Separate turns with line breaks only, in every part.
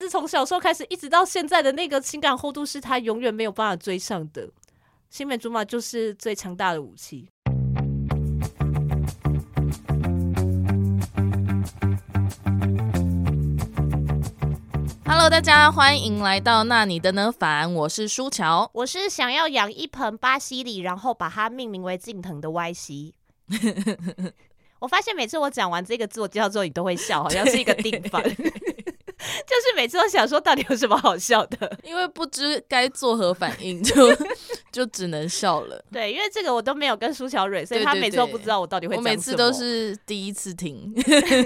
是从小时候开始一直到现在的那个情感厚度，是他永远没有办法追上的。青梅竹马就是最强大的武器。
Hello，大家欢迎来到那你的呢凡，我是舒乔。
我是想要养一盆巴西里，然后把它命名为近藤的 Y C。我发现每次我讲完这个自我介绍之后，你都会笑，好像是一个 定番。就是每次都想说，到底有什么好笑的？
因为不知该作何反 应，就就只能笑了。
对，因为这个我都没有跟苏小蕊，所以
对
她
对
每次都
对
不知道我到底会
我
讲
每
什
次
么
都是第一次听，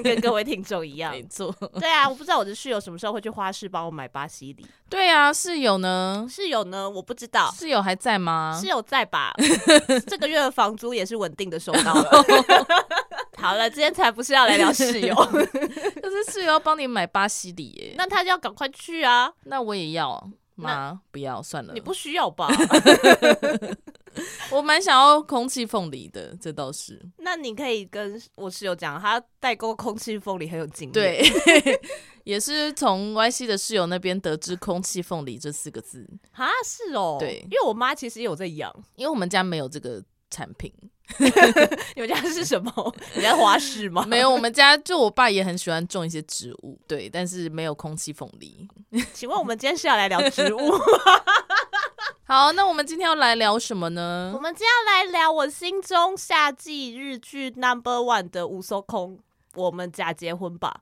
跟各位听众一样
没。错。
对啊，我不知道我的室友什么时候会去花市帮我买巴西梨。
对啊，室友呢？
室友呢，我不知道，
室友还在吗
室？友在 吧？这个月的房租也是稳定的收到
哦
了。好了，今天才不是要来聊室 友，
可是室友要帮你买巴西里耶，
那他就要赶快去啊！
那我也要妈，不要算了。
你不需要 吧？
我蛮想要空气凤梨的，这倒是。
那你可以跟我室友讲，他代购空气凤梨很有经验。，
对， 也是从 YC 的室友那边得知“空气凤梨”这四个字，
啊，是哦，
对
因为我妈其实也有在 养。
因为我们家没有这个产品，
你们家是什么？你在花市吗？
没有。我们家就我爸也很喜欢种一些植物，对，但是没有空气凤梨。
请问我们今天是要来聊 植物？
好，那我们今天要来聊什么
我
呢？
们今天要来聊我心中夏季日剧 Number One 的《无所空》，我们假结婚吧。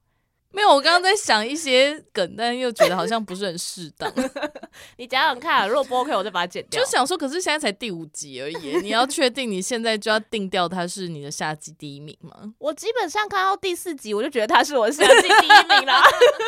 没有，我刚刚在想一些梗，但又觉得好像不是很适 当，
你讲讲看，如果不 OK，我再把它剪掉。
就想说，可是现在才第五集而已，你要确定你现在就要定掉它是你的下季第一名吗？
我基本上看到第四集，我就觉得他是我夏季第一名啦，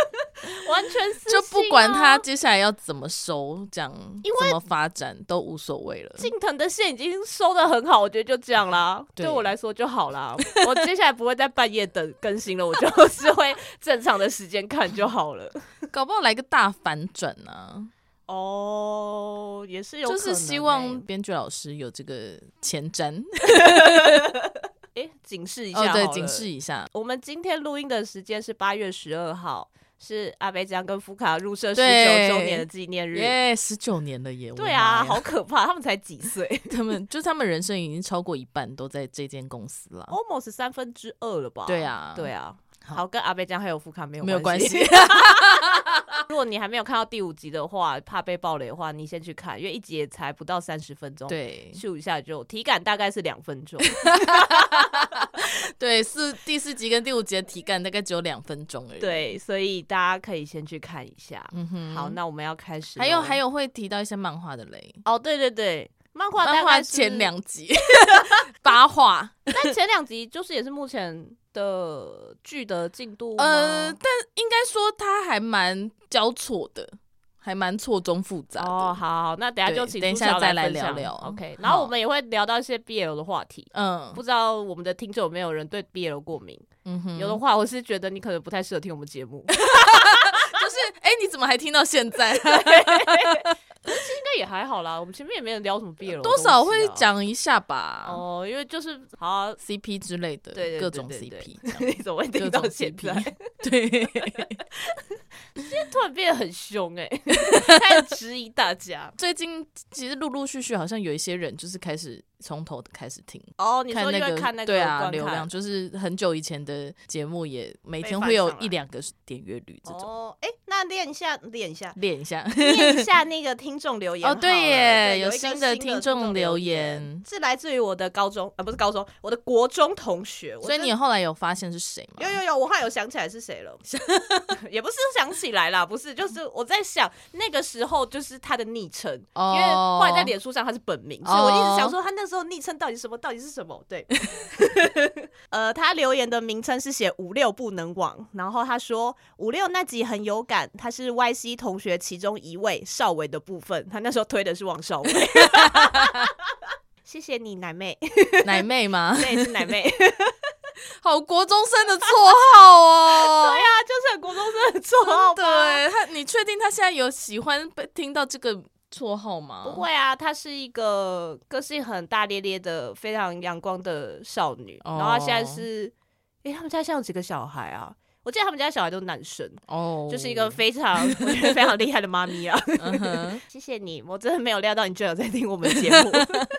完全私信啊
就不管它接下来要怎么收，这样
因为
怎么发展都无所谓了。
近藤的线已经收的很好，我觉得就这样啦，对
对
我来说就好啦。我接下来不会在半夜等更新了，我就是会正常的时间看就好了。
搞不好来个大反转啊！
哦，也是有可
就
能欸，
是希望编剧老师有这个前瞻，
诶警示一下、
哦，对，警示。一下。
我们今天录音的时间是八月十二号，是阿贝江跟福卡入社十
对
九周年的纪念日。
耶，十九年了耶！我的
对
妈
啊，
呀
好可怕，他们才几岁
他们就是他们人生已经超过一半都在这间公司了。
，almost 三分之二了吧？
对啊
对啊。
好
好，跟阿贝江还有福卡没有
没有关系
系。， 如果你还没有看到第五集的话，怕被暴雷的话，你先去看，因为一集也才不到三十分钟，，
对
咻一下就体感大概是两分钟。
对，四第四集跟第五集的体感大概只有两分钟而 已。，
对，所以大家可以先去看一下。
嗯哼，
好，那我们要开始喽。
还有还有会提到一些漫画的雷，
哦，对对对，漫画大概
漫画
是
前，两集 八话，
但前两集就是也是目前的剧的进度吗。
呃，但应该说它还蛮交错的，还蛮错综复杂的。
哦，好好，那等下就
对
请
等一
苏
下
乔
再来
来分
聊
享
聊嗯
OK，
好
然后我们也会聊到一些 BL 的话题。
嗯
不知道我们的听众有没有人对 BL 过敏？
嗯哼，
有的话，我是觉得你可能不太适合听我们节目， 应
就是，哎、你怎么还听到现在？
该也还好啦。我们前面也没有聊什么 BL，的
多少
东西
会
啊
讲一下吧、
哦，因为就是好啊
c p 之类的，
对对对
各种
对对
CP，这样
你怎么会
各
听
种
到现在？
CP，对。
突然变得很凶哎、欸，开始质疑大家。
最近其实陆陆续续好像有一些人就是开始从头开始听。
哦，你说
那
因为
个
看那个
对啊，
观
流
看
量就是很久以前的节目，也每
被
天
翻
会有
上来
一两个点阅率这种，，
哦，哎、那练一下，练一下
练一下。
练一下那个听众留言好
哦
了。
对耶
对
有
有一个
新的
新的
听众
众
留
言，
言
是来自于我的高中啊、不是高中，我的国中同学。我
所以
真
你后来有发现是谁 吗？
有有有，我后来有想起来是谁 了，也不是想起来啦，不是，就是我在想那个时候就是他的昵称，因为
哦，
后来在脸书上他是本名，所以我一
哦
直想说他那时候昵称到底是什么，到底是什么？ 对，呃，他留言的名称是写五六不能忘，然后他说五六那集很有感，他是 Y C 同学其中一位少伟的部分，他那时候推的是王少 伟。谢谢你，奶 妹，
奶妹吗？
对，是奶妹，
好，国中生的绰号哦。
对呀、啊就是很国中生的绰号
对
啊吧。
他，你确定他现在有喜欢被听到这个绰号吗？
不会啊，她是一个个性很大咧咧的、非常阳光的少女。
哦
然后她现在是，诶，他们家现在有几个小孩啊？我记得他们家小孩都是男生，
哦，
就是一个非常 我觉得非常厉害的妈咪啊！
嗯哼，
谢谢你，我真的没有料到你居然有在听我们节 目，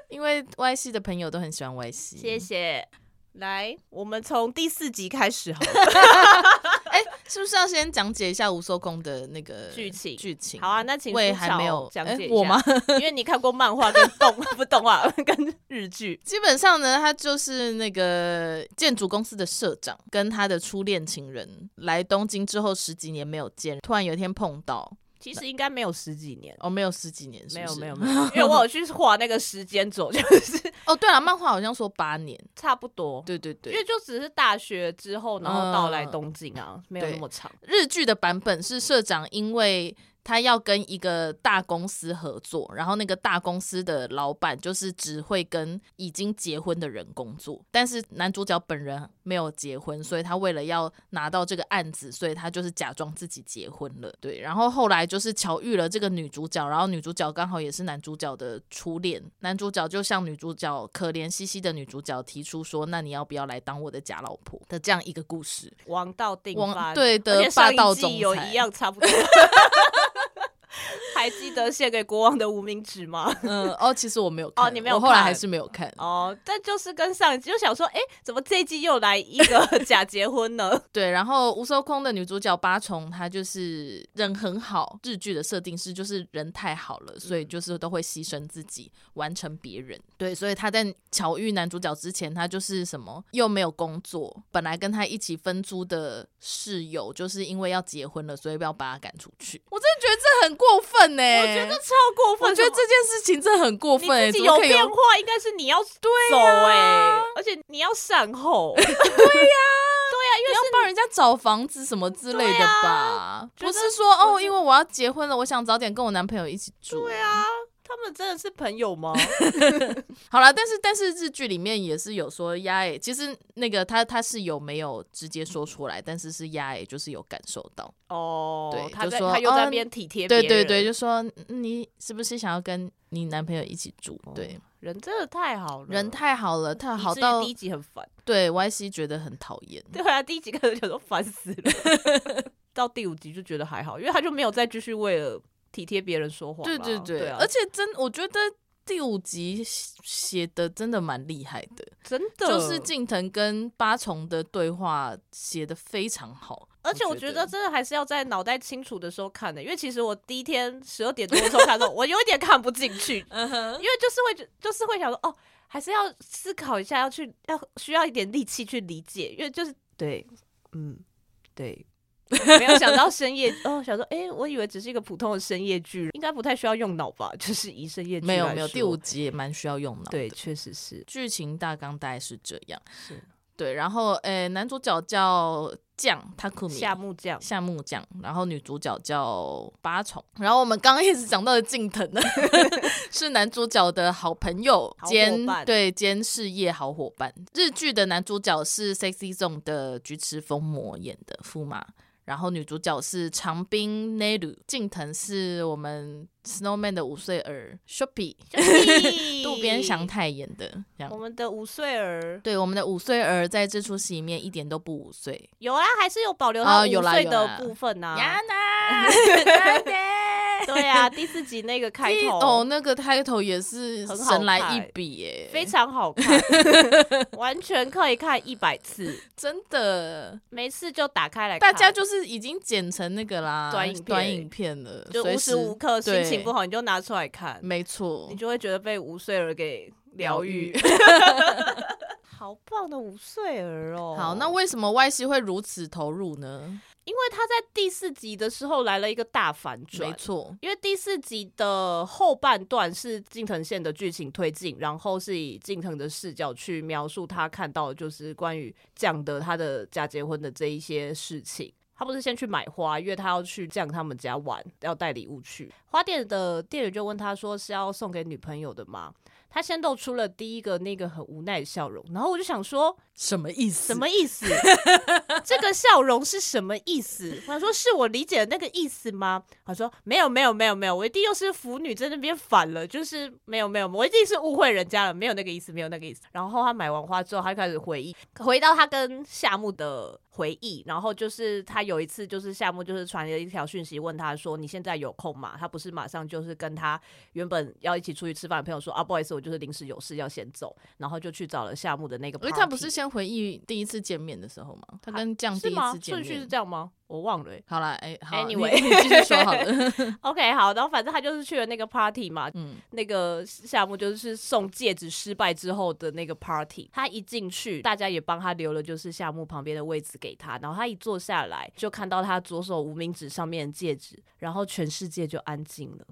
因为 Y C 的朋友都很喜欢 Y C。
谢谢。来，我们从第四集开始好了，
哎是不是要先讲解一下《无收工》的那个
剧情
剧 情
好，啊，那请
我也
魏
还没有
讲
哎
解一下
我吗？？
因为你看过漫画跟动 不动画跟日剧，
基本上呢，他就是那个建筑公司的社长，跟他的初恋情人来东京之后十几年没有见，突然有一天碰到，
其实应该没有十几年。
哦，没有十几年是
没
不
有
是，
没有没有，因为我有去画那个时间轴， 就是
哦，对了，漫画好像说八年，
差不多，
对对
因
对
为。就只是大学之后，然后到来
嗯
东京啊，没有
对
那么长。
日剧的版本是社长，因为他要跟一个大公司合作，然后那个大公司的老板就是只会跟已经结婚的人工作，但是男主角本人没有结婚，所以他为了要拿到这个案子，所以他就是假装自己结婚了。对，然后后来就是巧遇了这个女主角，然后女主角刚好也是男主角的初恋，男主角就向女主角可怜兮兮的女主角提出说：“那你要不要来当我的假老婆？”的这样一个故事。
王道定
王
番，
对
而
的
且上
霸
一
道
季
总裁
有一样差不多。还记得献给国王的无名指吗？
嗯，哦，其实我没有看，
哦你没有
我后来
看
还是没有看。
哦，但就是跟上一集就想说，哎、怎么这一季又来一 个假结婚呢？
对，然后吴受空的女主角八重，她就是人很好，日剧的设定是就是人太好了，所
嗯
以就是都会牺牲自己完成别人。对，所以她在巧遇男主角之前，她就是什么又没有工作，本来跟她一起分租的室友，就是因为要结婚了，所以要把她赶出去。我真的觉得这很过分呢、欸
我觉得。超过分，
我觉得这
什
件事情真的很过分、
么
欸，
你自己
怎么可以啊
变化，应该是你要走哎、而且你要善 后。对呀、对呀、
要帮人家找房子什么之类的吧？
啊觉
不
得
是说
我
哦，
是
因为我要结婚了，我想早点跟我男朋友一起住。
因为对啊，他们真的是朋友吗？
好啦，但是但是日剧里面也是有说丫诶，其实那个他他是有没有直接说出来，但是是丫诶，就是有感受到。
哦，
对
他
就
在
说
他又在
哦
那边体贴别
对
人，
对对，就说嗯你是不是想要跟你男朋友一起住？对，
人真的太好哦了，
人太好了，太
以
好
至于
到
第一集很烦。
对 Y C 觉得很讨厌。
对啊，第一集看就觉得烦死了， 到第五集就觉得还好，因为他就没有再继续为了体贴别人说话啦。
对对对，
对啊，
而且真我觉得第五集写写的真的蛮厉害的。
真的
就是，近藤跟八重的对话写的非常好，
而且我觉得真的还是要在脑袋清楚的时候看的、因为其实我第一天十二点多的时候看的时候，我有一点看不进去，因
嗯哼，
为就是会觉就是会想说，哦，还是要思考一下，要去要需要一点力气去理解，因为就是对，嗯，对。 没有想到深夜，哦，想说，哎、我以为只是一个普通的深夜剧，应该不太需要用脑吧？就是以深夜剧
没有
来
没有，第
说
五集也蛮需要用脑的。
对，确实是
剧情大纲大概是这样。
是
对，然后呃，男主角叫将他库米
夏目匠，
夏目将，然后女主角叫八重，然后我们刚刚一直讲到的近藤呢， 是男主角的好朋友
好伙
兼
伴
对兼事业好伙伴。日剧的男主角是《Sexy Zone》的菊池风磨演的驸马，然后女主角是长滨 Neru，近藤是我们 Snowman 的五岁儿 Shoppy，渡 边祥太演的。这
我
样，
们的五岁儿
对我们的五岁儿在这出戏里面一点都不五岁。
有啊，还是有保留
啊
他
有
五
啦
岁
有
的
啦
部分呐、
亚
啊。
娜，
对啊，第四集那个开
第一
头
哦，那个开头也是
很好
神来
看
一笔耶、
非常好 看，完全可以看一百次，
真的，
没事就打开来看。
哎大家就是已经剪成那个啦，
短影片
短影片了，
就
随
无时无刻心
对嗯
情不好，你就拿出来看，
没错
你，就会觉得被五岁儿给疗愈。 好棒的五岁儿哦！
好，那为什么 Y C 会如此投入呢？
因为他在第四集的时候来了一个大反转
没，错，
因为第四集的后半段是近藤线的剧情推进，然后是以近藤的视角去描述他看到的就是关于酱的他的假结婚的这一些事情。他不是先去买花，因为他要去酱他们家玩，要带礼物去。花店的店员就问他说：“是要送给女朋友的吗？”他先露出了第一个那个很无奈的笑容，然后我就想说，
什么意思？
什么意 思？这个笑容是什么意思？他说是我理解的那个意思吗？他说没有没有没有没有，我一定又是腐女在那边反了，就是没有没有，我一定是误会人家了，没有那个意思，没有那个意思。然后他买完花之后，他就开始回忆，回到他跟夏目的回忆，然后就是他有一次就是夏目就是传了一条讯息问他说你现在有空吗？他不是马上就是跟他原本要一起出去吃饭的朋友说啊不好意思，我就是临时有事要先走，然后就去找了夏目的那个
因
party。
为他不是先回忆第一次见面的时候吗？他跟酱
啊
第
是
一
吗
次？见
顺序是
面。
这样吗？我忘了、欸。
好啦，哎、好
Anyway
你你继续说 好了。
OK，好，然后反正他就是去了那个 party 嘛，
嗯，
那个夏目就是送戒指失败之后的那个 party，他一进去，大家也帮他留了就是夏目旁边的位置给他，然后他一坐下来，就看到他左手无名指上面的戒指，然后全世界就安静了。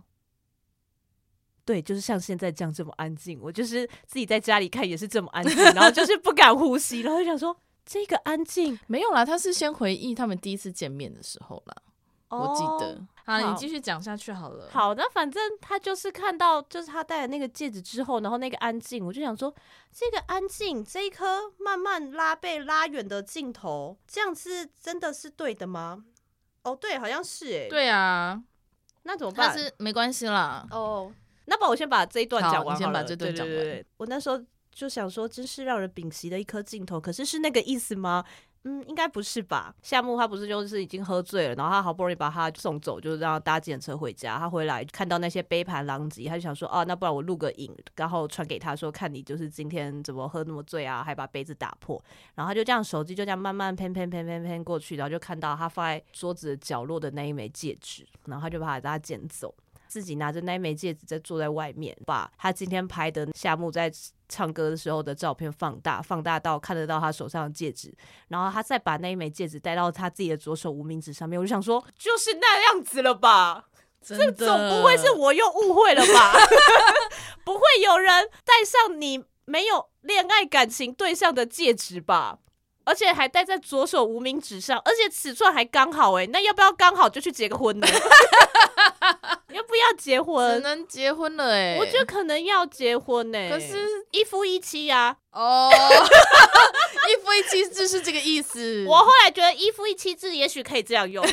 对，就是像现在这样这么安静，我就是自己在家里看也是这么安静，然后就是不敢呼吸，然后就想说这个安静，
没有啦，他是先回忆他们第一次见面的时候啦， 我记
哦
得。好，
好
你继续讲下去好了。，
好，那反正他就是看到，就是他戴了那个戒指之后，然后那个安静，我就想说，这个安静，这一颗慢慢拉被拉远的镜头，这样是真的是对的吗？哦，对，好像是哎、，
对啊，
那怎么办？
但是没关系啦。
哦，那把我先把这一段
好
讲完
你先
好
把
了
这段
对
讲
对对对我那时候就想说，真是让人屏息的一颗镜头，可是是那个意思吗？嗯，应该不是吧？夏目他不是就是已经喝醉了，然后他好不容易把他送走，就是让他搭计程车回家。他回来看到那些杯盘狼藉，他就想说啊，那不然我录个影，然后传给他说，看你就是今天怎么喝那么醉啊，还把杯子打破。然后他就这样手机就这样慢慢偏偏偏偏偏过去，然后就看到他放在桌子的角落的那一枚戒指，然后他就把它捡走。自己拿着那一枚戒指在坐在外面，把他今天拍的夏目在唱歌的时候的照片放大，放大到看得到他手上的戒指，然后他再把那一枚戒指戴到他自己的左手无名指上面，我就想说，就是那样子了吧？
这
总不会是我又误会了 吧？不会有人戴上你没有恋爱感情对象的戒指吧？而且还戴在左手无名指上，而且尺寸还刚好哎、那要不要刚好就去结个婚 呢？要不要结
只
婚？
能结婚了哎、
我觉得可能要结婚呢、
可是
欸一夫一妻啊呀、
哦， 一夫一妻制是这个意思。
我后来觉得一夫一妻制也许可以这样 用。要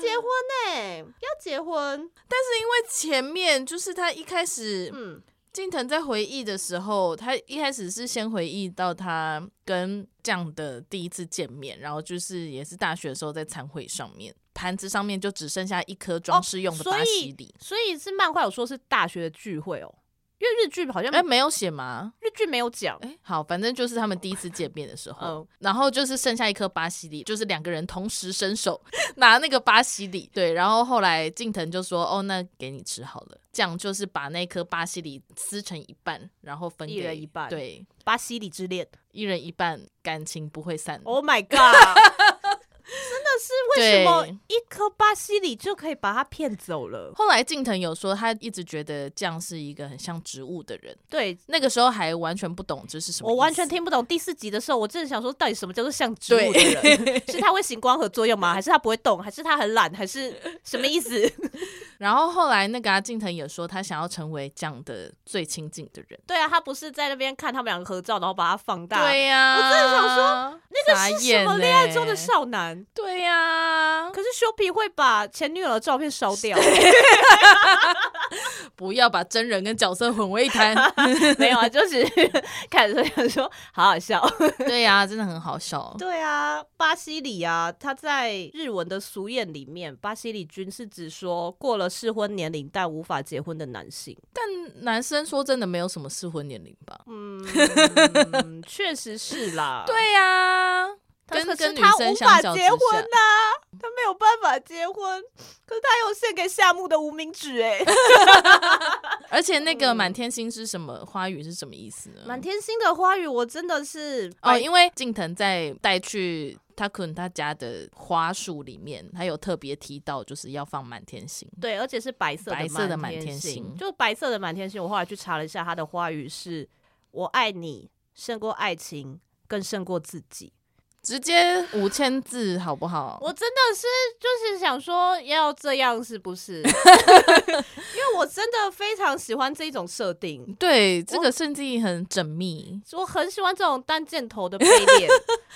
结婚呢、要结婚，
但是因为前面就是他一开始
嗯，
近藤在回忆的时候，他一开始是先回忆到他跟酱的第一次见面，然后就是也是大学的时候在餐会上面，盘子上面就只剩下一颗装饰用的
所以
巴西梨。
所以是漫画有说是大学的聚会哦，因为日剧好像、
哎、没有写吗？
日剧没有讲。
哎、好，反正就是他们第一次见面的时候，
嗯
然后就是剩下一颗巴西梨，就是两个人同时伸手 拿那个巴西梨，对，然后后来近藤就说：“哦，那给你吃好了。”这样就是把那颗巴西梨撕成一半，然后分给
一人一半
对，
巴西里之恋
一人一半，感情不会散。
，Oh my god！真的是 为什么
对
一颗巴西里就可以把他骗走了？
后来近藤有说，他一直觉得酱是一个很像植物的人，
对
那个时候还完全不懂这是什么意
我
思，
完全听不懂第四集的时候，我真的想说，到底什么叫做像植物的 人？是他会行光合作用吗？还是他不会动？还是他很懒？还是什么意思？
然后后来那个、啊、近藤也说，他想要成为酱的最亲近的人。
对啊，他不是在那边看他们两个合照，然后把它放大。
对欸呀、
我真的想
说，
那个是什么恋爱中的
事？
少男？
对呀、
可是修皮会把前女友的照片烧 掉。
不要把真人跟角色混为一 谈。
没有啊，就只是看着想说好好笑。
对呀、真的很好笑。
对啊，巴西里啊，它在日文的俗谚里面，巴西里君是指说过了适婚年龄但无法结婚的男性。
但男生说真的没有什么适婚年龄吧？
嗯， 确实是啦。，
对呀、
他可
跟
是
跟女
他
生
无
相
法
较之
结
下，
婚啊呐、他没有办法结婚，可是他有献给夏目的无名指哎、
而且那个满天星是什么花语是什么意思呢？
嗯满天星的花语，我真的是
哦，因为近藤在带去他可能他家的花束里面，他有特别提到就是要放满天星。
对，而且是白色
白色的满
天
天星
就白色的满天星。我后来去查了一下，它的花语是“我爱你胜过爱情，更胜过自己”。
直接五千字好不好？
我真的是就是想说要这样是不 是？因为我真的非常喜欢这一种设定，
对，
哦
这个设计很缜密
我很喜欢这种单箭头 的配列。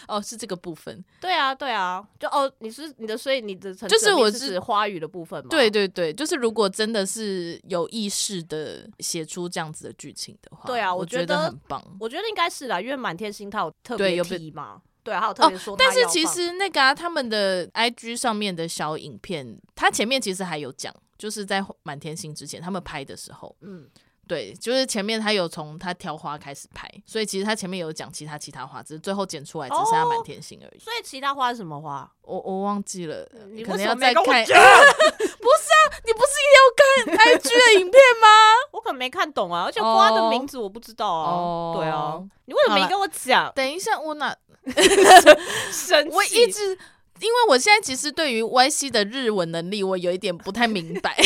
哦，是这个部分。
对啊，对啊，就哦，你是你的，所以你的成
就是
成立
我
是
是
指花语的部分嘛？
对对对，就是如果真的是有意识的写出这样子的剧情的话，
对啊我
我
觉
觉
得
很棒。
我觉得应该是啦，因为满天星他有特
对
别
有被
提嘛，对啊，还有特别说、
但是其，实那个啊，他们的 IG 上面的小影片，他前面其实还有讲，就是在满天星之前他们拍的时候，
嗯，
对，就是前面他有从他挑花开始拍，所以其实他前面有讲其他其他花，只是最后剪出来只剩下
哦
满天星而已。
所以其他花是什么花？
我我忘记了，呃
你
可
为
能
什
要
么
再
没跟我
看。 啊
讲？
你不是也有看 IG 的 影片吗？
我可能没看懂啊，而且
哦
花的名字我不知道啊。
哦
对啊，你为什么
好
没
啦
跟我讲？
等一下，我哪
生 气
我一直，因为我现在其实对于 YC 的日文能力，我有一点不太明白。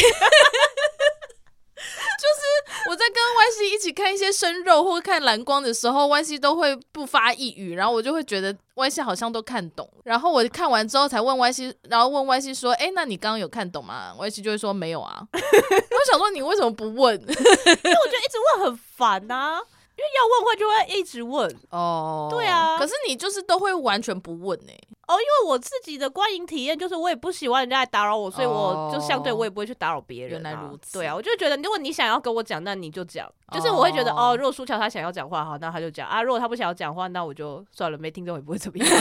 就是我在跟 YC 一起看一些生肉或看蓝光的时候，YC 都会不发一语，然后我就会觉得 YC 好像都看懂。然后我看完之后才问 YC，然后问 YC 说：“哎、那你刚刚有看懂吗？”YC 就会说：“没有啊。” 我想说你为什么不问？
我觉得一直问很烦呐、因为要问会就会一直问
哦
对啊
可是你就是都会完全不问哎、
哦，因为我自己的观影体验就是我也不喜欢人家来打扰我，所以我
哦
就相对我也不会去打扰别人、啊。
原来如此
对啊，我就觉得如果你想要跟我讲，那你就讲，就是我会觉得
哦
哦，如果苏乔他想要讲话，好，那他就讲啊；如果他不想要讲话，那我就算了，没听懂也不会怎么样。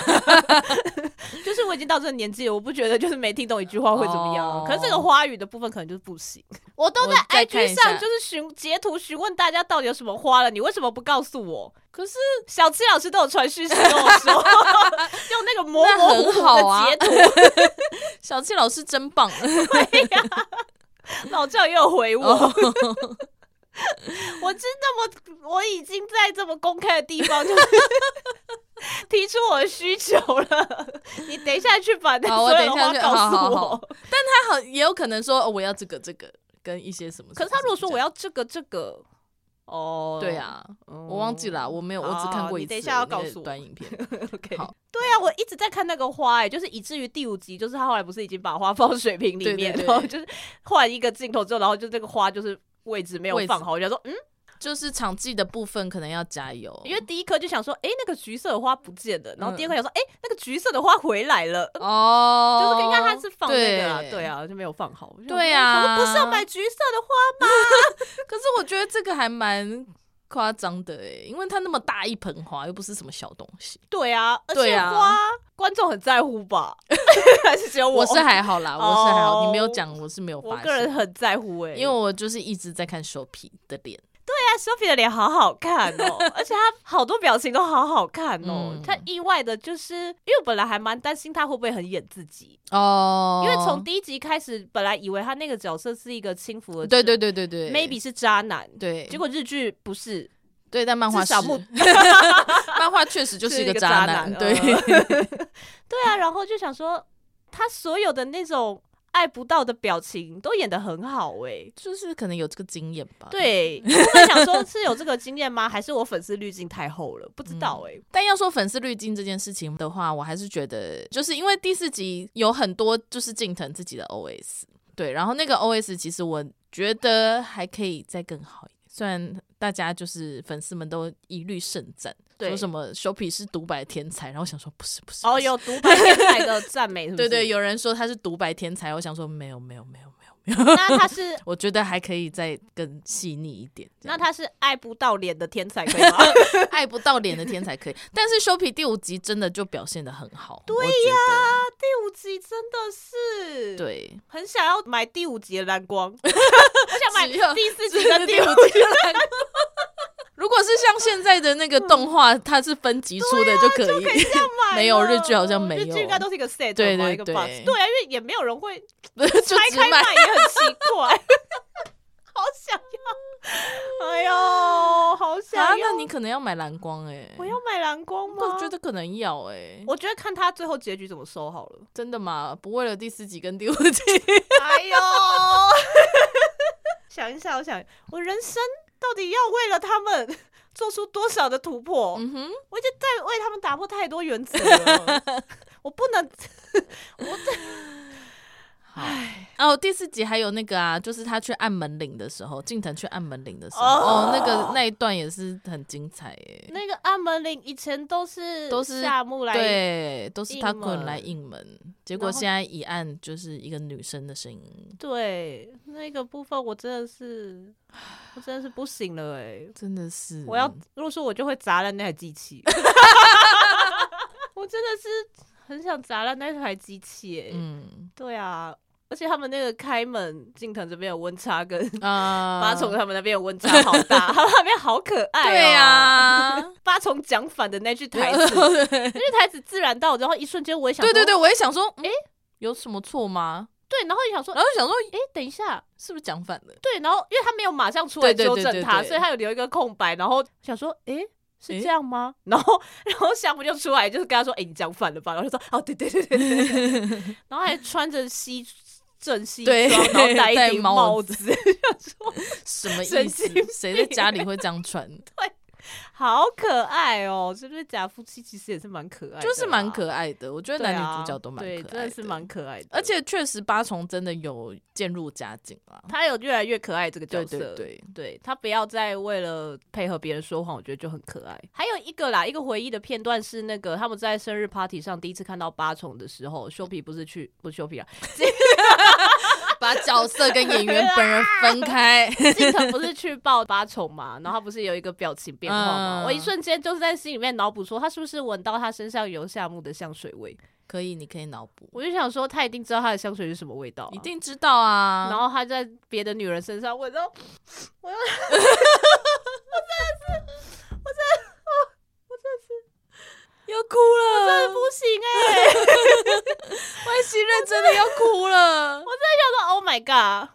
就是我已经到这个年纪了，我不觉得就是没听懂一句话会怎么样啊。
哦
可是这个花语的部分可能就是不行。我都在
我再看
IG
一下
上就是询截图询问大家到底有什么花了，你为什么不告诉我？
可是
小七老师都有传讯息跟我 说，用那个模模糊糊
那很好啊
的截图，
小气老师真棒。
老教也有回 我。
哦
我真那么，我已经在这么公开的地方就是 提出我的需求了。你等一下去把那
好我
所有的
等一下
话
去
告诉
好好
我。
好他好 也有可能说、哦、我要这个这个跟一些什么。
可是他如果说我
要，
要这个这个，哦，
对，啊，我忘记了，我没有，我只看过
哦
一
你
次。
等一下要告诉我
短影片，
OK，
好
对啊，我一直在看那个花、哎，就是以至于第五集，就是他后来不是已经把花放水瓶里面，
对对对
然后就是换一个镜头之后，然后就这个花就是位置没有
位置
放好，我就想说，嗯，
就是场记的部分可能要加油，
因为第一颗就想说，哎、那个橘色的花不见了，然后
嗯
第二颗想说，哎、那个橘色的花回来了，
哦，
就是应该他是放那个啊，
对
对啊，就没有放好，我就想说
对啊
我想说不是要买橘色的花，
可是我觉得这个还蛮夸张的哎，因为它那么大一盆花，又不是什么小东西。
对啊，而
对
且
啊
花观众很在乎 吧，还是只有我？
我是还好啦，我是还好，
哦
你没有讲，我是没有
我
发
个人
现。
很在乎哎、
因为我就是一直在看手皮的脸，
但 Sophie 的脸好好看 哦，而且她好多表情都好好看哦。
嗯
她意外的就是，因为我本来还蛮担心她会不会很演自己，
哦
因为从第一集开始，本来以为她那个角色是一个轻浮的，
对对对对对
m a y b e 是渣男，
对，
结果日剧不是，
对，但漫画
至少
是
目
漫画确实就是一个
渣
男，
呃
对，
对啊，然后就想说，她所有的那种爱不到的表情都演得很好哎、
就是可能有这个经验吧。，
对，我在想说，是有这个经验吗？还是我粉丝滤镜太厚了？不知道哎、
但要嗯说粉丝滤镜这件事情的话，我还是觉得，就是因为第四集有很多就是近藤自己的 OS，对，然后那个 OS 其实我觉得还可以再更好一点，虽然大家就是粉丝们都一律盛赞。
对
说什么手皮是独白天才，然后我想说不是不是，
哦，
不是
有独白天才的赞美是不
对
是，
对，有人说他是独白天才，我想说没有没有没有没有，
那他是
我觉得还可以再更细腻一点。这样
那他是爱不到脸的天才，可 以吗？
爱不到脸的天才可以，但是修皮第五集真的就表现的很好，对呀、
第五集真的是，，
对，
很想要买第五集的蓝光， 我想买
只有
第四集
这
跟
个
第
第
五
五
集。
集来过。如果是像现在的那个动画，它是分集出的就可以，
买了哦
没有日剧好像没有
日剧应该都是一个 set
对
嘛
对
一个
对
box，对啊，因为也没有人会
就
拆
只
开卖
买。
也很奇怪， 好想要，哎呦， 好
啊，
想要，
那你可能要买蓝光哎、
我要买蓝光吗？
我觉得可能要哎、
我觉得看他最后结局怎么收好了。
真的吗？不为了第四集跟第五集，
哎呦， 想一下，我想我人生到底要为了他们做出多少的突破？
嗯哼，
我已经在为他们打破太多原则了， 我不能，
好。哦，第四集还有那个啊，就是他去按门铃的时候，近藤去按门铃的时候，
哦，
哦那个那一段也是很精彩耶。
那个按门铃以前都是
都是
夏木来，
对，都是他
应
滚来
门
应门，结果
然后
现在一按就是一个女生的声音，
对那个部分我真的 是，我真的是不行了哎、
真的是
我要如果说我就会砸烂那台机 器，我真的是很想砸烂那台机器哎、
嗯
对啊，而且他们那个开门镜藤这边有温差 跟
啊，
八重他们那边有温差好大，他们那边好可爱、哦。
对啊 呀，
八重讲反的那 句台词，那句台词自然到，然后一瞬间我也想
对
说，
对对，我也想说，哎，有什么错吗？
对，然后也想说，
然
哎、
后想说，
等一下，
是不是讲反了？
对，然后因为他没有马上出来
对对
纠
对
正
对
他，
对
所以他有留一个空白，然后想说，哎、
诶
是这样吗？然后，然后夏木就出来，就是跟他说：“哎、你讲反了吧？”然后就说：“哦，对对对对对。对” 然后还穿着西正西装，
对
然后戴
戴
一顶
帽
帽
子
子，
什么意
神经
思？谁在
病
家里会这样穿？
好可爱哦！是不是假夫妻其实也是蛮可爱的啦，
就是蛮可爱的，我觉得
对
男
啊，
女主角都蛮可爱
对，真的是蛮可爱的，
而且确实八重真的有渐入佳境啦。
他有越来越可爱这个角
对
色，
对 对，
对他不要再为了配合别人说谎，我觉得就很可爱。还有一个啦，一个回忆的片段是那个他们在生日 party 上第一次看到八重的时候，修皮不是去不是修 皮啊，
把角色跟演
啊
员本人分开，
金藤不是去抱八重嘛，然后他不是有一个表情变化嘛，
嗯
我一瞬间就是在心里面脑补说他是不是闻到他身上有夏目的香水味，
可以，你可以脑补，
我就想说他一定知道他的香水是什么味道啊、
一定知道啊。
然后他在别的女人身上啊闻到，我又，我真的是，我真的，哦我真的是，
要哭
我真的
了，
不行哎、欸！
外星人真的要哭了，
我真的想说，Oh my god！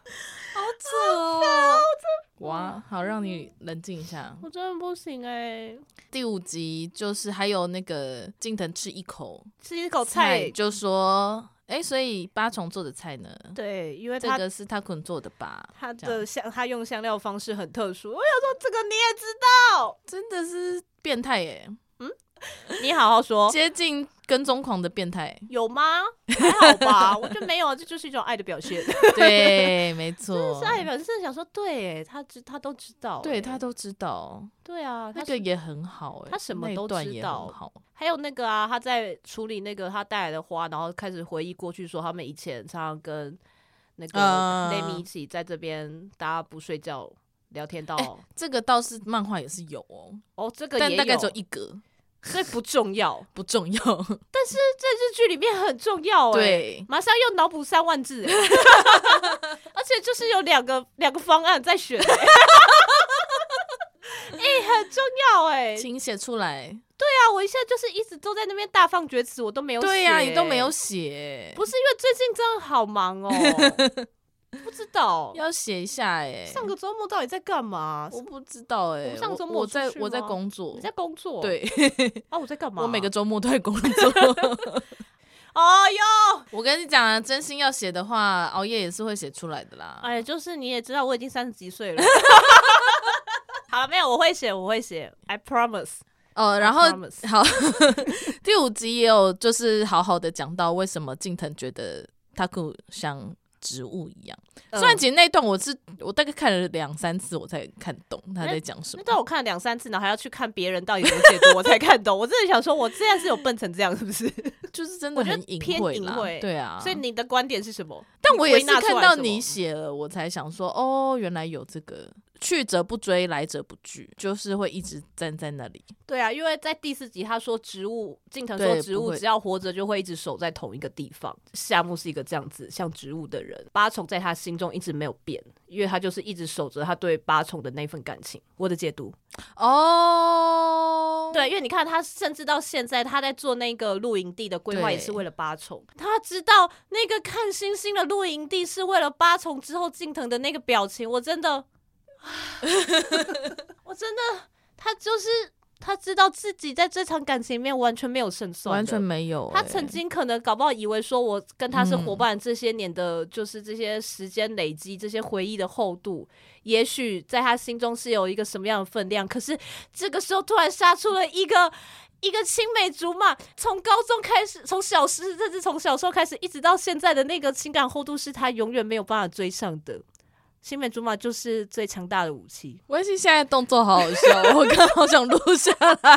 好扯哦。哇，好，让你冷静一下。
我真的不行哎、
第五集就是还有那个近藤吃一口
吃一口哦菜，
就说，哎，所以八重做的菜呢？
对，因为
这
他、
个是他可能做的吧？
他
这样
的香，他用香料方式很特殊。我想说，这个你也知道，
真的是变态耶，
你好好说，。
哦接近跟踪狂的变态
有吗？还好吧，我觉得没有啊，这就是一种爱的表 现。
对，没错
是，爱的表现，真的想说，对、欸，他知他都知道、
对
欸
他都知道，
对啊，他
那个也很好哎，
他什么
那一
都
段
知
也
道
很好。
还有那个啊，他在处理那个他带来的花，然后开始回忆过去，说他们以前常常跟那个
嗯
n a m 一起在这边，大家不睡觉聊天到、
这个倒是漫画也是有哦，
哦，这个
哎但
也
大概只
有
有，一格，
这不重 要，
不重要。
在日剧里面很重要、欸，，
对，
马上又脑补三万 字欸、而且就是有两个两个方案在 选、欸，哎、很重要哎、对
请写出来。
啊，我一下就是一直都在那边大放厥词，我都没有
对呀，
写
你都没
欸
有写，
不是因为最近真的好忙 哦，不知道
要写一下哎。
上个周末到底在干嘛？
我不知道
我
哎，
们上
我
周末
我
有出
在
去
我在
吗
工作
你，在工作？
对
啊，我在干嘛？
我每个周末都在工 作。
哎呦，
我跟你讲啊，真心要写的话，熬夜也是会写出来的啦。
哎，就是你也知道我已经三十几岁了。 好了，没有，我会写，我会写，I promise。
哦，然后
promise
好， 第五集也有就是好好的讲到为什么近藤觉得他酷像植物一样。虽然
嗯
其实那一段我是我大概看了两三次我才看懂他在讲什
那
么。
段我看了两三次，然后还要去看别人到底怎么解读，我才看懂。我真的想说，我这样是有笨成这样，是不是？
就是真的
我觉
很
得
隐
偏
晦
隐
啦，
晦
对啊。
所以你的观点是什么？
但我也是
你归纳出
看
来
到
什么
你写了，我才想说，哦，原来有这个。去者不追，来者不拒，就是会一直站在那里。
对啊，因为在第四集他说植物，近藤
对
说植
不
物
会
只要活着就会一直守在同一个地方。夏目是一个这样子像植物的人，八重在他心中一直没有变，因为他就是一直守着他对八重的那份感情。我的解读，
哦，
对，因为你看他甚至到现在他在做那个露营地的规划
对
也是为了八重，他知道那个看星星的露营地是为了八重之后近藤的那个 表情，我真的，我真的，他就是他知道自己在这场感情里面完全没有胜算的，
完全没有、
他
欸
曾经可能搞不好以为说，我跟他是伙
嗯
伴这些年的，就是这些时间累积、这些回忆的厚度，也许在他心中是有一个什么样的分量。可是这个时候突然杀出了一个一个青梅竹马，从高中开始，从小时甚至从小时候开始，一直到现在的那个情感厚度，是他永远没有办法追上的。青梅竹马就是最强大的武器。
维西现在动作好好笑， 我刚好想录下来、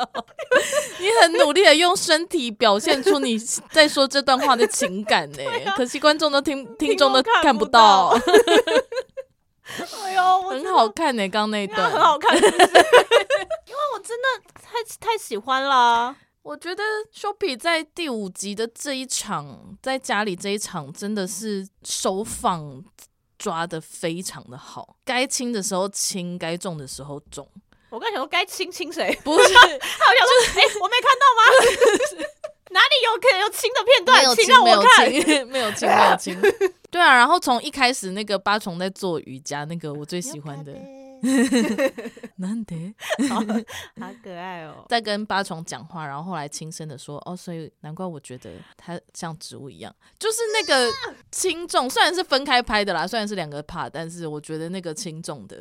哦。 你很努力的用身体表现出你在说这段话的情感呢、可惜观众都听听众都
听众看
看
不
不到，
哎呦，我
很好看呢、刚那一
真的很
段。
好看，是不是因为我真的太太喜欢了啊。
我觉得 Shoppy 在第五集的这一场，在家里这一场真的是手法抓的非常的好，该轻的时候轻，该重的时候重，
我刚才想说该亲亲谁，
不是
他好想说，哎、我没看到吗？ 哪里有可能有亲的片
没
段？
有
请
亲，
让
没有
我看。
亲， 没有亲，没有亲。 对啊，然后从一开始那个八重在做瑜伽，那个我最喜欢的，难得
好可爱哦、
在跟八重讲话，然后后来轻声的说，哦，所以难怪我觉得它像植物一样，就是那个轻重，虽然是分开拍的啦，虽然是两个 part，但是我觉得那个轻重的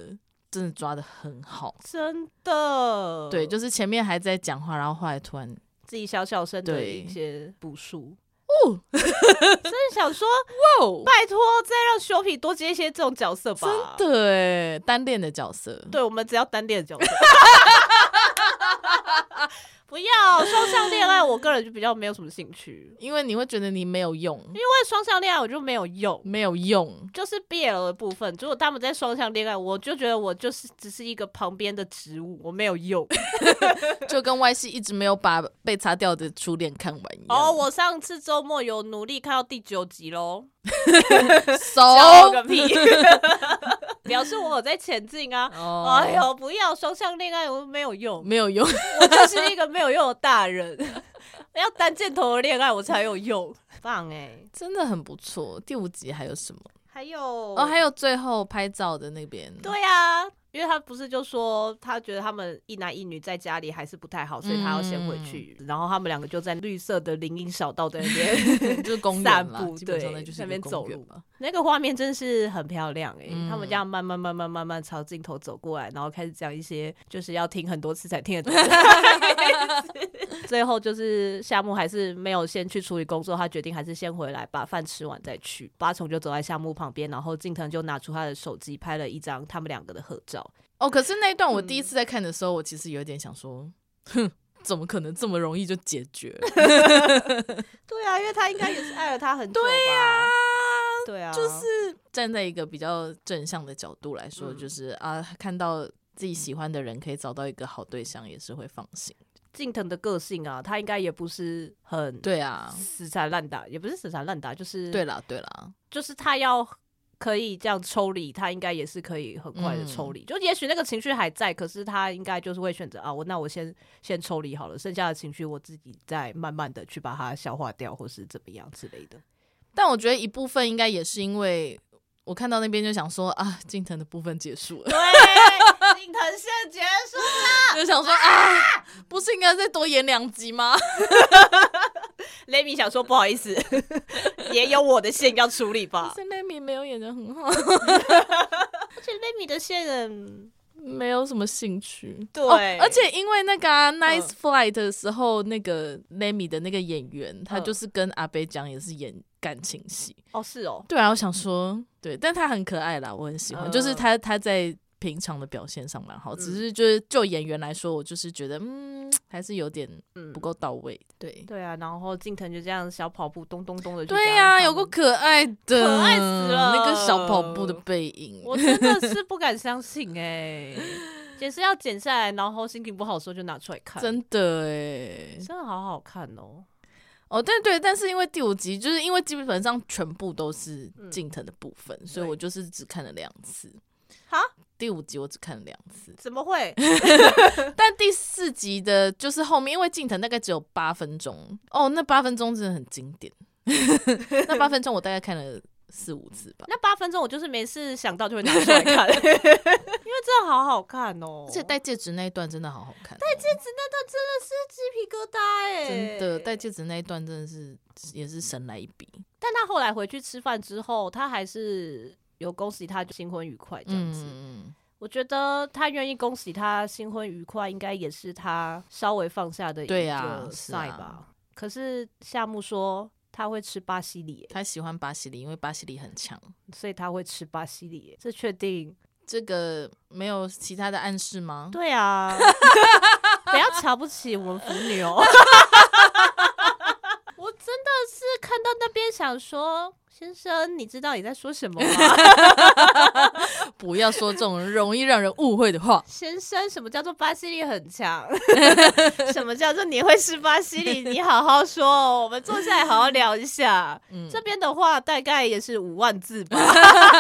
真的抓的很好。
真的。
对，就是前面还在讲话，然后后来突然
自己小小声的
对
一些补数。
哦，
真的想说，
哦，
拜托，再让 s h o p i 多接一些这种角色吧。
真的哎，单恋的角色，
对，我们只要单恋的角色。 不要双向恋爱，我个人就比较没有什么兴趣，
因为你会觉得你没有用，
因为双向恋爱我就没有用。
没有用。
就是 BL 的部分，如果他们在双向恋爱，我就觉得我就是只是一个旁边的植物，我没有 用。
就跟 Y C 一直没有把被擦掉的初恋看完一样。
哦， 我上次周末有努力看到第九集喽，笑我
熟
个 屁，表示我有在前进啊。
哦
哎，呦，不要双向恋爱，我没有用，
没有用，
我就是一个没有用的大人。 要单箭头的恋爱，我才有用， 棒哎、
真的很不错。第五集还有什么？
还有
哦，还有最后拍照的那边，
对呀、因为他不是就说他觉得他们一男一女在家里还是不太好，所以他要先回去。然后他们两个就在绿色的林荫小道在那 边，
就是公
散
园啦
步，
基本上
对
那就是
那边
一个公
走路
园嘛。
那个画面真是很漂亮哎、
嗯
他们这样慢慢慢慢慢慢朝镜头走过来，然后开始讲一些就是要听很多次才听得懂的台词。最后就是夏木还是没有先去处理工作，他决定还是先回来把饭吃完再去。八重就走在夏木旁边，然后近藤就拿出他的手机拍了一张他们两个的合照。
哦，可是那一段
嗯
我第一次在看的时候，我其实有点想说，哼，怎么可能这么容易就解 决？
对啊，因为他应该也是爱了他很久吧。 对啊呀、对啊，
啊就是站在一个比较正向的角度来说，
嗯
就是啊，看到自己喜欢的人可以找到一个好对象，也是会放心。
近藤的个性啊，他应该也不是很
对啊，
死缠烂打，也不是死缠烂打，就是
对，啦，对啦，
就是他要可以这样抽离，他应该也是可以很快的抽离。就也许那个情绪还在，可是他应该就是会选择啊，我那我先 先抽离好了，剩下的情绪我自己再慢慢的去把它消化掉，或是怎么样之 类的。
但我觉得一部分应该也是因为我看到那边就想说啊，近藤的部分结束了，
对，近藤线结束。
就想说啊，不是应该再多演两集吗？
雷米想说不好意思， 也有我的线要处理吧。
是奈米没有演的很好，
而且 Lamy 的线人，
没有什么兴趣。
对嗯
哦而且因为那个、啊《Nice Flight》的时候，那个 Lamy 的那个演员，他
嗯
就是跟阿贝讲也是演感情戏。
哦是哦，
对啊，我想说，对，但他很可爱啦，我很喜欢，
嗯
就是他他在平常的表现上蛮好，只是就是就演员来说，我就是觉得嗯，还是有点
嗯
不够到位。对，
对啊，然后近藤就这样小跑步咚咚咚的，
对呀、有个，可爱的，
啊可爱死了
那个小跑步的背影，
我真的是不敢相信哎、也是要剪下来，然后心情不好的时候就拿出来看，
真的哎。
真的好好看哦，
哦，对对，但是因为第五集，就是因为基本上全部都是近藤的部分，所以
嗯对
我就是只看了两次。
哈，
第五集我只看了两次，
怎么会？
但第四集的就是后面，因为近藤大概只有 八分钟，哦，那八分钟真的很经典。那八分钟我大概看了四五次吧。
那八分钟我就是没事想到就会拿出来看，因为真的好好看哦，
而且戴戒指那一段真的好好看哦，
戒指那段真的是鸡皮疙瘩哎、
真的戴戒指那一段真的是也是神来一笔。
但他后来回去吃饭之后，他还是有恭喜他新婚愉快这样子。
嗯，
我觉得他愿意恭喜他新婚愉快，应该也是他稍微放下的一
对啊
个
是
sign
啊
吧。可是夏木说他会吃巴西里耶，
他喜欢巴西里，因为巴西里很强。
所以他会吃巴西里耶，这确定？
这个没有其他的暗示吗？
对 啊，不要瞧不起我们腐女哦。 我真的是看到那边想说，先生，你知道你在说什么吗？。
不要说这种容易让人误会的话
先生，什么叫做巴西利很 强？什么叫做你会是巴西利？你好好说哦，我们坐下来好好聊一下。
嗯
这边的话大概也是五万字吧。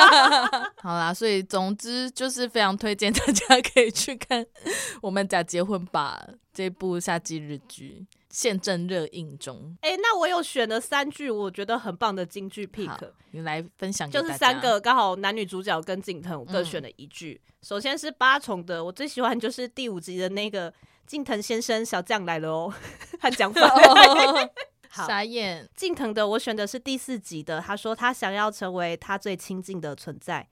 好啦，所以总之就是非常推荐大家 可以去看我们假结婚吧这部夏季日剧，现正热映中。
哎、那我有选了三句我觉得很棒的京剧
好
pick，
你来分享给
就是
大家
三 个刚好男女主角跟景腾，我各
嗯
选了一句。首先是八重的，我最喜欢就是第五集的那个景腾先生小将来了 哦，他讲法。
哦
好
傻眼，
近藤的我选的是第四集的，他说他想要成为他最亲近的存在，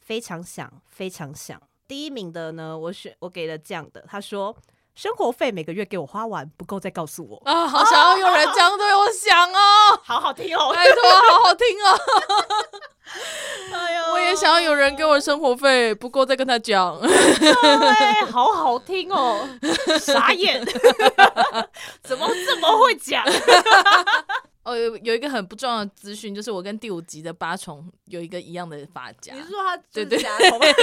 非常想，非常想。第一名的呢，我选我给了这样的，他说生活费每个月给我花完不够再告诉我，
啊，好想要有人这样对我想哦，
好好听哦，
拜 托，好好听哦，
哎呦
我也想要有人给我生活费，不过再跟他讲，
对，好好听哦，傻 眼，怎么这么会 讲？
哦，有有一个很不重要的资讯，就是我跟第五集的八重有一个一样的发夹
你，是说他就
对
是
对
夹头发
对，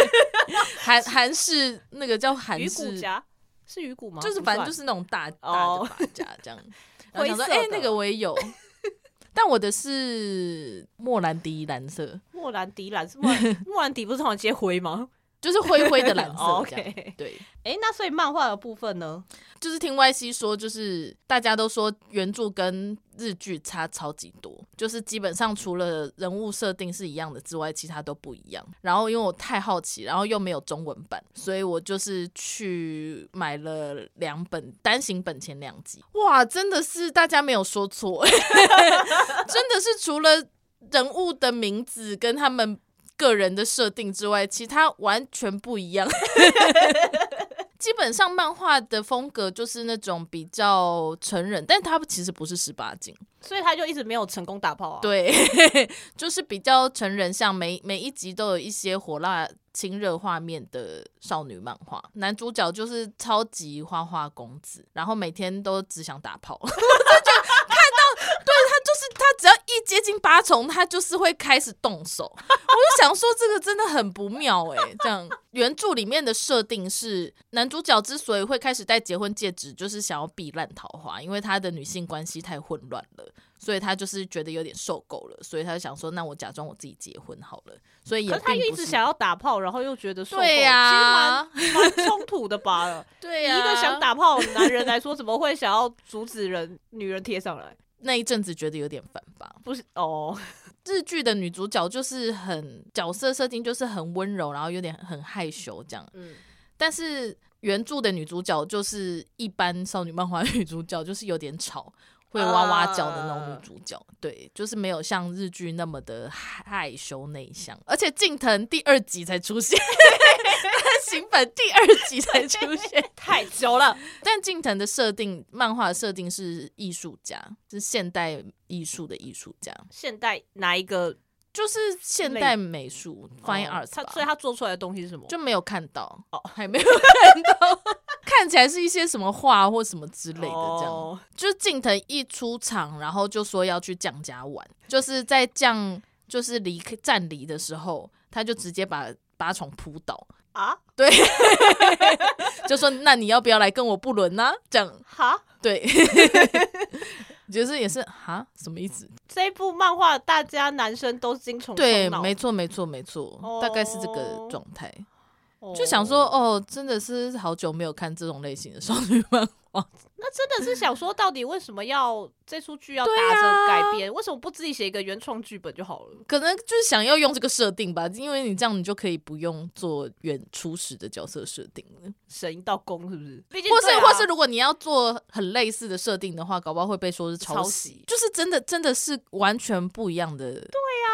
韩韩式那个叫韩
鱼骨
式，
夹是鱼骨吗？
就是
啊不
反正
算
就是那种大大的
哦
发夹 这样。然后想说，
灰色
哎、
的
那个我也有，但我的是莫兰迪蓝色，
莫兰迪蓝是莫兰莫兰迪不是通常接灰 吗？
就是灰灰的蓝 色这样。
哦 OK。
对，
哎、那所以漫画的部分呢？
就是听 Y C 说，就是大家都说原著跟日剧差超级多，就是基本上除了人物设定是一样的之外，其他都不一样。然后因为我太好奇，然后又没有中文版，所以我就是去买了两本单行本前两集。哇，真的是大家没有说错， 真的是除了人物的名字跟他们个人的设定之外，其他完全不一样。基本上漫画的风格就是那种比较成人，但它其实不是十八禁，
所以他就一直没有成功打炮啊。，
对， 就是比较成人像，每每一集都有一些火辣亲热画面的少女漫画。男主角就是超级花花公子，然后每天都只想打炮。 我就觉得看到，对他就是他只要一接近八重，他就是会开始动手。我就想说，这个真的很不妙哎、这样，原著里面的设定是，男主角之所以会开始戴结婚戒指，就是想要避烂桃花，因为他的女性关系太混乱了。所以他就是觉得有点受够了，所以他就想说，那我假装我自己结婚好了。所以也
可是他
并
一
不
直
是
想要打炮，然后又觉得受够
对呀
其实蛮蛮冲突的吧？
对
以
呀、
一个想打炮的男人来说，怎么会想要阻止人女人贴上来？
那一阵子觉得有点烦吧。
不是哦，
日剧的女主角就是很角色设定就是很温柔，然后有点很害羞这样，
嗯，
但是原著的女主角就是一般少女漫画的女主角，就是有点吵。会哇哇叫的那种
啊
女主角对，就是没有像日剧那么的害羞内向，而且近藤第二集才出现， 新版第二集才出现，
太久了，
但近藤的设定，漫画的设定是艺术家，是现代艺术的艺术家，
现代哪一个
就是现代美术 fine
哦
arts
他
吧
所以他做出来的东西是什么？
就没有看到，
哦
还没有看到， 看起来是一些什么画或什么之类的这样。
哦
就是近藤一出场，然后就说要去酱家玩，就是在酱就是离开站离的时候，他就直接把八重扑倒，
啊
就说：“那你要不要来跟我不伦呢、这样
哈。
对， 就是也是哈什么意思？
这一部漫画，大家男生都精虫
对，
充脑
没错，没错，没错，大概是这个
哦
状态。哦就想说，，哦，真的是好久没有看这种类型的少女漫画。
那那真的是想说，到底为什么要这出剧要
对
打着
啊
改编？为什么不自己写一个原创剧本就好了？
可能就是想要用这个设定吧，因为你这样你就可以不用做原初始的角色设定了，
省一道工是不是？毕竟
或是、
对啊
或是如果你要做很类似的设定的话，搞不好会被说是抄袭，
抄袭
就是真的真的是完全不一样的，对呀、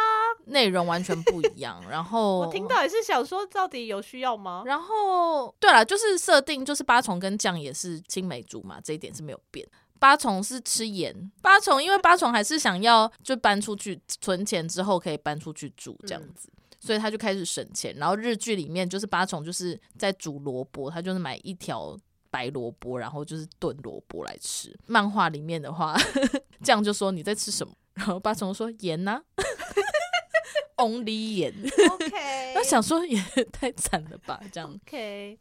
内容完全不一样，然后
啊 我听到也是想说，到底有需要吗？
然后，对了，就是设定，就是八重跟酱也是青梅竹马，这一点是没有变。八重是吃盐，八重因为八重还是想要就搬出去存钱之后可以搬出去住这样子，所以他就开始省钱。然后日剧里面就是八重就是在煮萝卜，他就是买一条白萝卜，然后就是炖萝卜来吃。漫画里面的话， 酱就说你在吃什么，然后八重说盐呐、 啊、，only 盐。
OK，
那想说也太惨了吧，这样。
OK，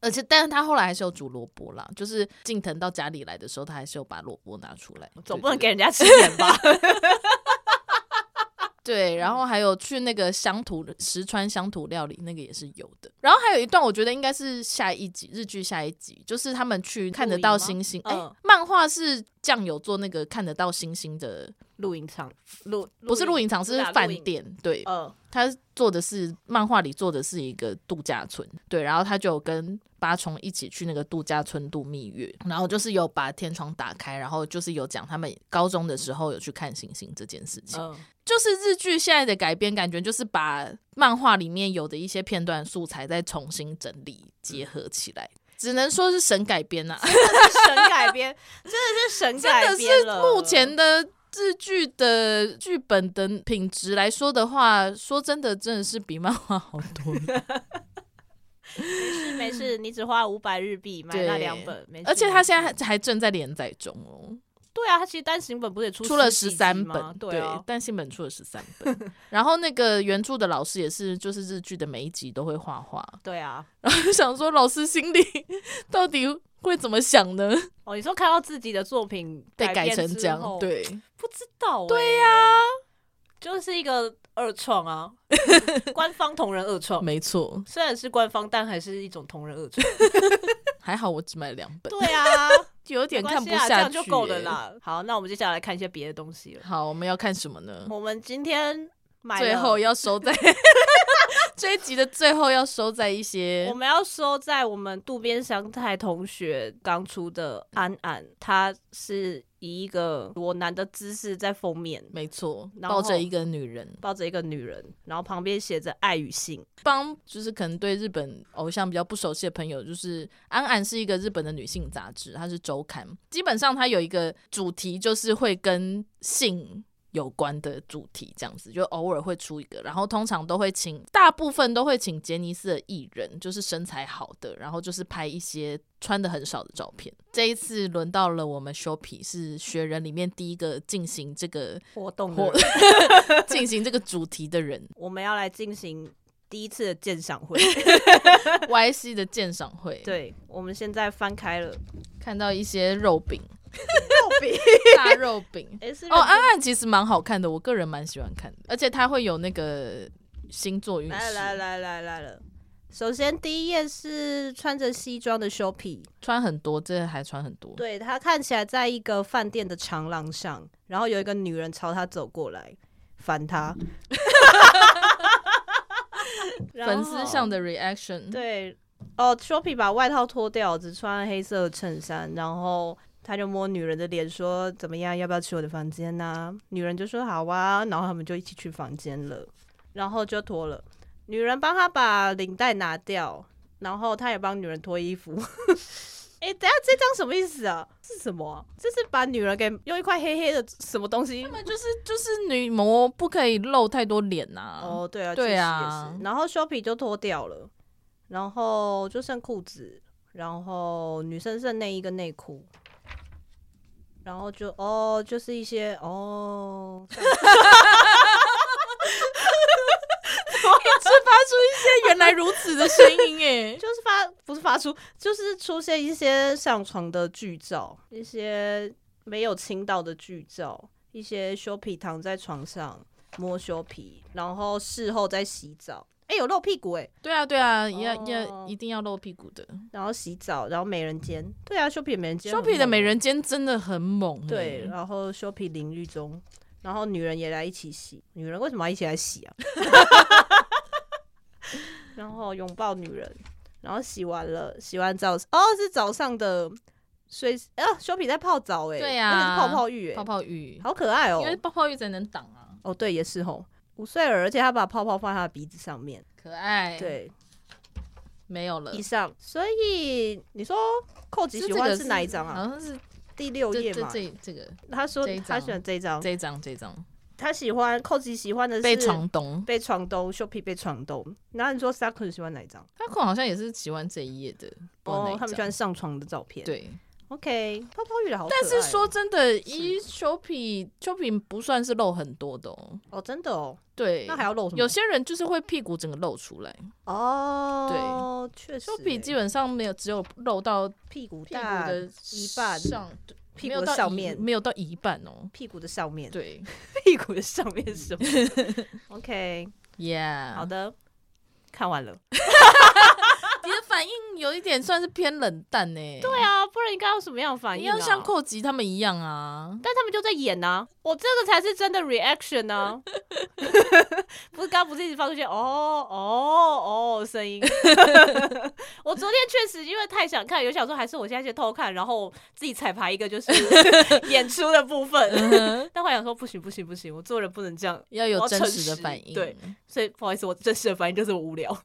而且，但是他后来还是有煮萝卜啦，就是近藤到家里来的时候，他还是有把萝卜拿出来，
总
对
不能
对
给人家吃盐 吧？
对。然后还有去那个乡土石川乡土料理，那个也是有的。然后还有一段，我觉得应该是下一集日剧下一集，就是他们去看得到星星。
吗
哎、
嗯
漫画是酱油做那个看得到星星的，
露营场，露
不是露营场，是
啊
饭
露营
店。对，
呃，
他做的是漫画里做的是一个度假村，对，然后他就有跟八重一起去那个度假村度蜜月，然后就是有把天窗打开，然后就是有讲他们高中的时候有去看星星这件事情，
嗯，
就是日剧现在的改编，感觉就是把漫画里面有的一些片段素材再重新整理结合起来，只能说是神改编啊，
神改编，真的是神改
真的
编了。
目前的。日剧的剧本的品质来说的话，说真的，真的是比漫画好多了。
是没事，你只花五百日币买那
对
两本，没事
而且他
没事
现在还还正在连载中哦，
对啊，他其实单行本不是也出
出了
十
十
几集
三
吗
本，
对啊，
但新本出了十三 本。然后那个原著的老师也是，就是日剧的每一集都会画画，
对啊。
然后就想说老师心里 到底会怎么想呢？
哦，你说看到自己的作品
被改
改
成
编之
这样，
后，
对，
不知道、对呀、就是一个二创 啊，官方同人二创，
没错，
虽然是官方，但还是一种同人二创。
还好我只买了两本，
对 啊，
有点
没关
看
系
不
啊
下去、欸
这样就够了。啦。好，那我们接下来看一些别的东西了。
好，我们要看什么呢？
我们今天买
最
了
后要 收在这一集的最后要收在一些
我们要说，在我们渡边香太同学刚出的《安安》，他是以一个裸男的姿势在封面，
没错，
然后
抱着一个女人，
抱着一个女人，然后旁边写着“爱与性
帮就是可能对日本偶像比较不熟悉的朋友，就是安安是一个日本的女性杂志，它是周刊，基本上它有一个主题就是会跟性。有关的主题这样子，就偶尔会出一个，然后通常都会请，大部分都会请杰尼斯的艺人，就是身材好的，然后就是拍一些穿的很少的照片。这一次轮到了我们 Shopi，是学人里面第一个进行这个”
活动的
活
人。
进行这个主题的人，
我们要来进行第一次的鉴赏会。
YC 的鉴赏会，，
对，我们现在翻开了
看到一些肉饼、
肉饼，。
大肉饼
哎、是
哦，安安其实蛮好看的，我个人蛮喜欢看的，而且它会有那个星座运势。
来了来了来了来了来了。首先第一页是穿着西装的 s h o p i
穿很多，这还穿很多。
对他看起来在一个饭店的长廊上，然后有一个女人朝他走过来，烦他。
粉丝向
的
的 reaction，，
对哦 s h o p i 把外套脱掉，只穿黑色的衬衫，然后他就摸女人的脸说：“怎么样，要不要去我的房间呢、女人就说：“好啊。”然后他们就一起去房间了，然后就脱了。女人帮他把领带拿掉，然后他也帮女人脱衣服。 哎、等一下这张什么意思啊？是什么啊、这是把女人给用一块黑黑的什么东西
他？们就是就是女模不可以露太多脸呐、
哦，对啊，
对
啊
啊，
然后 Shoppy 就脱掉了，然后就剩裤子，然后女生剩内衣跟内裤，然后就哦，就是一些哦，
一直发出一些原来如此的声 音诶。
就是发不是发出，就是出现一些上床的剧照，一些没有亲到的剧照，一些修皮躺在床上摸修皮，然后事后在洗澡。哎、有露屁股哎、
对啊，对啊，要
哦
要一定要露屁股的。
然后洗澡，然后美人间，对啊，修皮美人间很猛
s h
啊，
o 的美人尖真的很猛欸，
对，然后修皮淋浴中，然后女人也来一起洗，女人为什么要一起来洗啊？ 然后拥抱女人，然后洗完了，洗完澡哦是早上的水，啊修皮在泡澡哎、
对
呀、
啊
而且是泡泡浴哎、
泡泡浴，
好可爱哦、
因为泡泡浴才能挡啊，
哦对也是吼，五岁儿，而且他把泡泡放在他的鼻子上面，
可爱。，
对，
没有了
以。上，所以你说寇吉
这
喜
这
欢
个
是哪一张
好
啊？
像是
第六
这
页
这
嘛，
这这个
他说
这一
他
张
喜欢这一张，
这一张这一张
他喜欢寇吉喜哦欢的是
被床咚，
被床咚，秀皮被床咚。然后你说 Sakura 喜欢哪一张？
他可能好像也是喜欢这一页的。不知道哪
哦
一，
他们喜
张
欢上床的照片。
对，
，OK，泡泡浴的好可爱哦、
但是说真的，一修皮修皮不算是露很多的哦。
哦，真的哦，
对，
那还要露什么？
有些人就是会屁股整个露出来，
哦，对，确实
修
欸，
皮基本上没有只有露到屁
屁股
股
大
的
一半
上，
屁
没
股
有
的
到
上
一
面，
没有到一半 哦。
屁股的上面，
对
屁股的上面是什么 ？OK，
，Yeah，
好的，看完了。
你的反应有一点算是偏冷淡呢、
对啊，不然应该有什么样的反
你
应、啊？
要像寇吉他们一 样啊。
但他们就在演呐、我这个才是真的 reaction 呢、不是刚不是一直发出去哦哦哦的声音。 我昨天确实因为太想看，有想说还是我现在去偷看，然后自己彩排一个就是 演出的部分。 但后来想说不行不行不行，我做人不能这样，
要
我
有
要
真
诚
实的
实
反应。
对，所以不好意思，我真实的反应就是我无聊。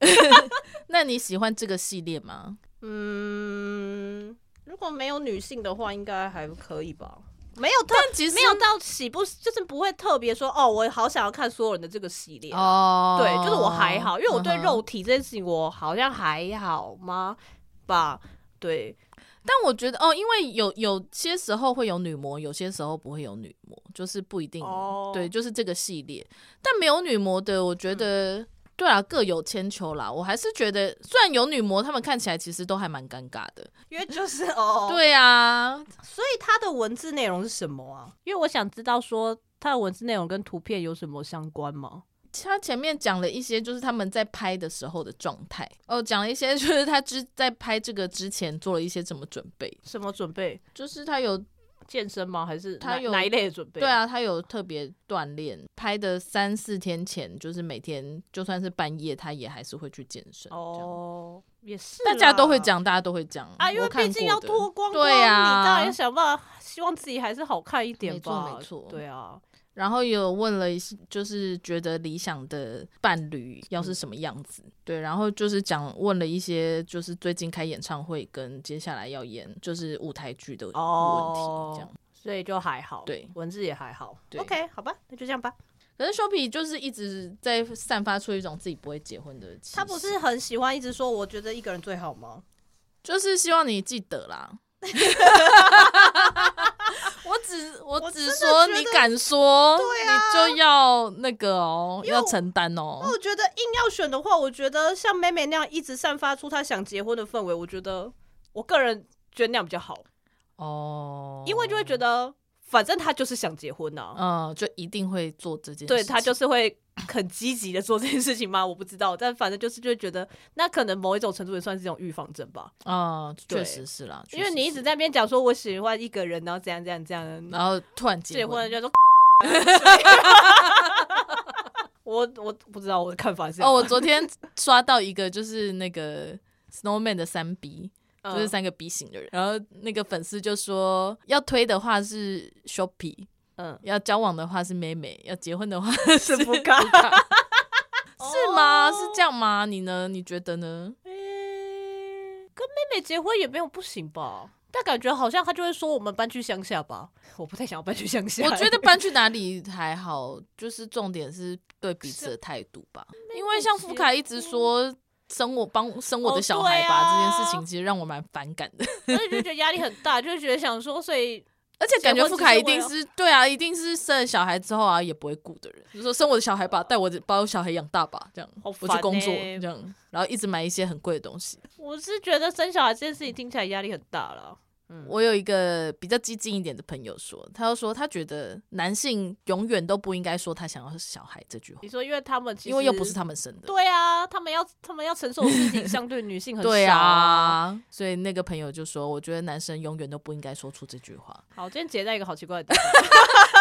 那你喜欢这个系列吗？
嗯，如果没有女性的话，应该还可以吧。没有特
但其实
没有到喜不，就是不会特别说哦，我好想要看所有人的这个系列。
哦，
对，就是我还好，因为我对
嗯哼
肉体这件事情我好像还好吗？吧，对，
但我觉得哦，因为有有些时候会有女模，有些时候不会有女模，就是不一定。
哦嗯
对，就是这个系列，但没有女模的，我觉得、对啊，各有千秋啦。我还是觉得，虽然有女模，她们看起来其实都还蛮尴尬的。
因为 就是哦，对，
对啊，
所以它的文字内容是什么啊？因为我想知道说它的文字内容跟图片有什么相关吗？
他前面讲了一些，就是他们在拍的时候的状态哦，讲了一些， 就是他之在拍这个之前做了一些什么准备，
什么准备？
就是他有
健身吗？还是
它
哪
有
哪一类的准备？
对，啊，他有特别锻炼，拍的三四天前，就是每天就算是半夜，他也还是会去健身。哦，
哦，也是啦，
大家都会讲，大家都会讲
啊，因为
我看
毕竟要
过的
脱光光，
对啊
你当然要想办法，希望自己还是好看一点
没错
吧。
没错
对啊，
然后有问了一些，就是觉得理想的伴侣要
嗯
是什么样子，对，然后就是讲问了一些，就是最近开演唱会跟接下来要演就是舞台剧的问题，
哦
这样。
所以就还好，
对
文字也还好。
对
OK，好吧，那就这样吧。
可是 s h o p i 就是一直在散发出一种自己不会结婚的气息，
他不是很喜欢一直说我觉得一个人最好吗？
哦就是希望你记得啦。 我只我
我真
只
的
说
觉
你
得
敢说，
对啊
你就要那个哦，
因为
要
我
承担哦
那。我觉得硬要选的话，我觉得像美美那样一直散发出她想结婚的氛围，我觉得我个人觉得那样比较好，
哦，
因为就会觉得反正她就是想结婚呐、
嗯，就一定会做这件事情。
对她就是会。很积极的做这件事情吗？我不知道，但反正就是就会觉得，那可能某一种程度也算是一种预防针吧。
嗯，确
对
实是啦，确
因为
实
你一
是啊
直在那边讲说我喜欢一个人，然后怎样怎样怎样，
然后突然结
结婚了就说 我我不知道我的看法是这样
哦，我昨天 刷到一个就是那个 Snowman 的三 B，
嗯
就是三个 B 型的人，然后那个粉丝就说要推的话是 Shopee，
嗯
要交往的话是妹妹，要结婚的话
是
是
不
是
敢，
吗？
哦
是这样吗？你呢？你觉得呢？
诶跟妹妹结婚也没有不行吧？但感觉好像他就会说我们搬去乡下吧，我不太想要搬去乡下。欸
我觉 得搬去哪里还好，就是重点是对彼此的态度吧。因为像福卡一直说生我帮生我的小孩吧、
哦对啊
这件事情，其实让我蛮反感的。
而且就觉得压力很大，就觉得想说，所以
而且感觉福卡一定
结婚
是对啊，一定是生了小孩之后啊也不会顾的人，就说生我的小孩吧，带我的把我小孩养大吧，这样、
好
我
烦
去工作
欸
这样，然后一直买一些很贵的东西。
我是觉得生小孩这件事情听起来压力很大了。
我有一个比较激进一点的朋友说，他就说他觉得男性永远都不应该说他想要小孩这句话
你，说，因为他们其实
因为又不是他们生的。
对啊，他们要他们要承受的事情相对女性很少、
对，啊，所以那个朋友就说，我觉得男生永远都不应该说出这 句话。
好，今天结在一个好奇怪 的地方，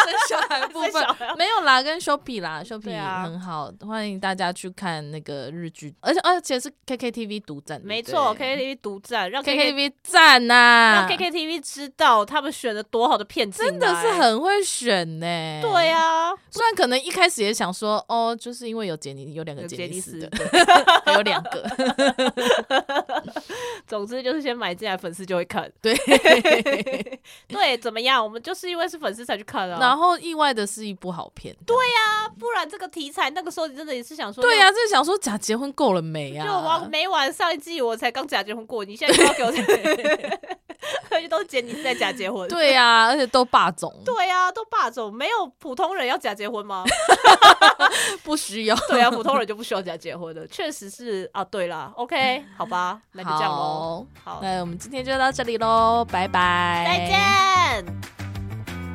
生小孩部
分
没有啦，跟 Shopee 啦，Shopee
对啊
很好，欢迎大家去看那个日剧，而且而且是 KKTV 独占，
没错
对
，KTV 独占，让
不对 KKTV 赞呐
让，KKTV 知道他们选的多好的片子，
啊真的是很会选呢、
对、啊，
虽然可能一开始也想说，哦，就是因为有杰尼，有两个
有
杰
杰
尼
尼
斯
斯
的，
的。
还有 两个，
总之就是先买进来，粉丝就会看。
对。
对，怎么样？我们就是因为是粉丝才去看啊。啊
然后意外的是一部好片，对呀、
不然这个题材，那个时候你真的也是想说，
对呀、就是想说假结婚够了没
啊就
啊？
我每晚上一季我才刚假结婚过，你现在就要给我在， 而且都是姐你是在假结婚。
对呀、而且都霸总，
对啊，都霸总，没有普通人要假结婚吗？
不需 要。
对啊，普通人就不需要假结婚的，确实是啊。对啦 o k 好吧，那就这样喽。
好，
好，
那我们今天就到这里喽，拜拜，
再见。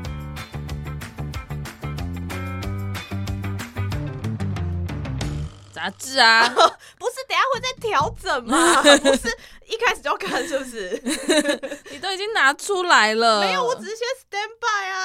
杂志 啊，
不是，等一下会再调整 吗？不是一开始就要看，是不是？
你都已经拿出来了，
没有，我只是先 stand by 啊。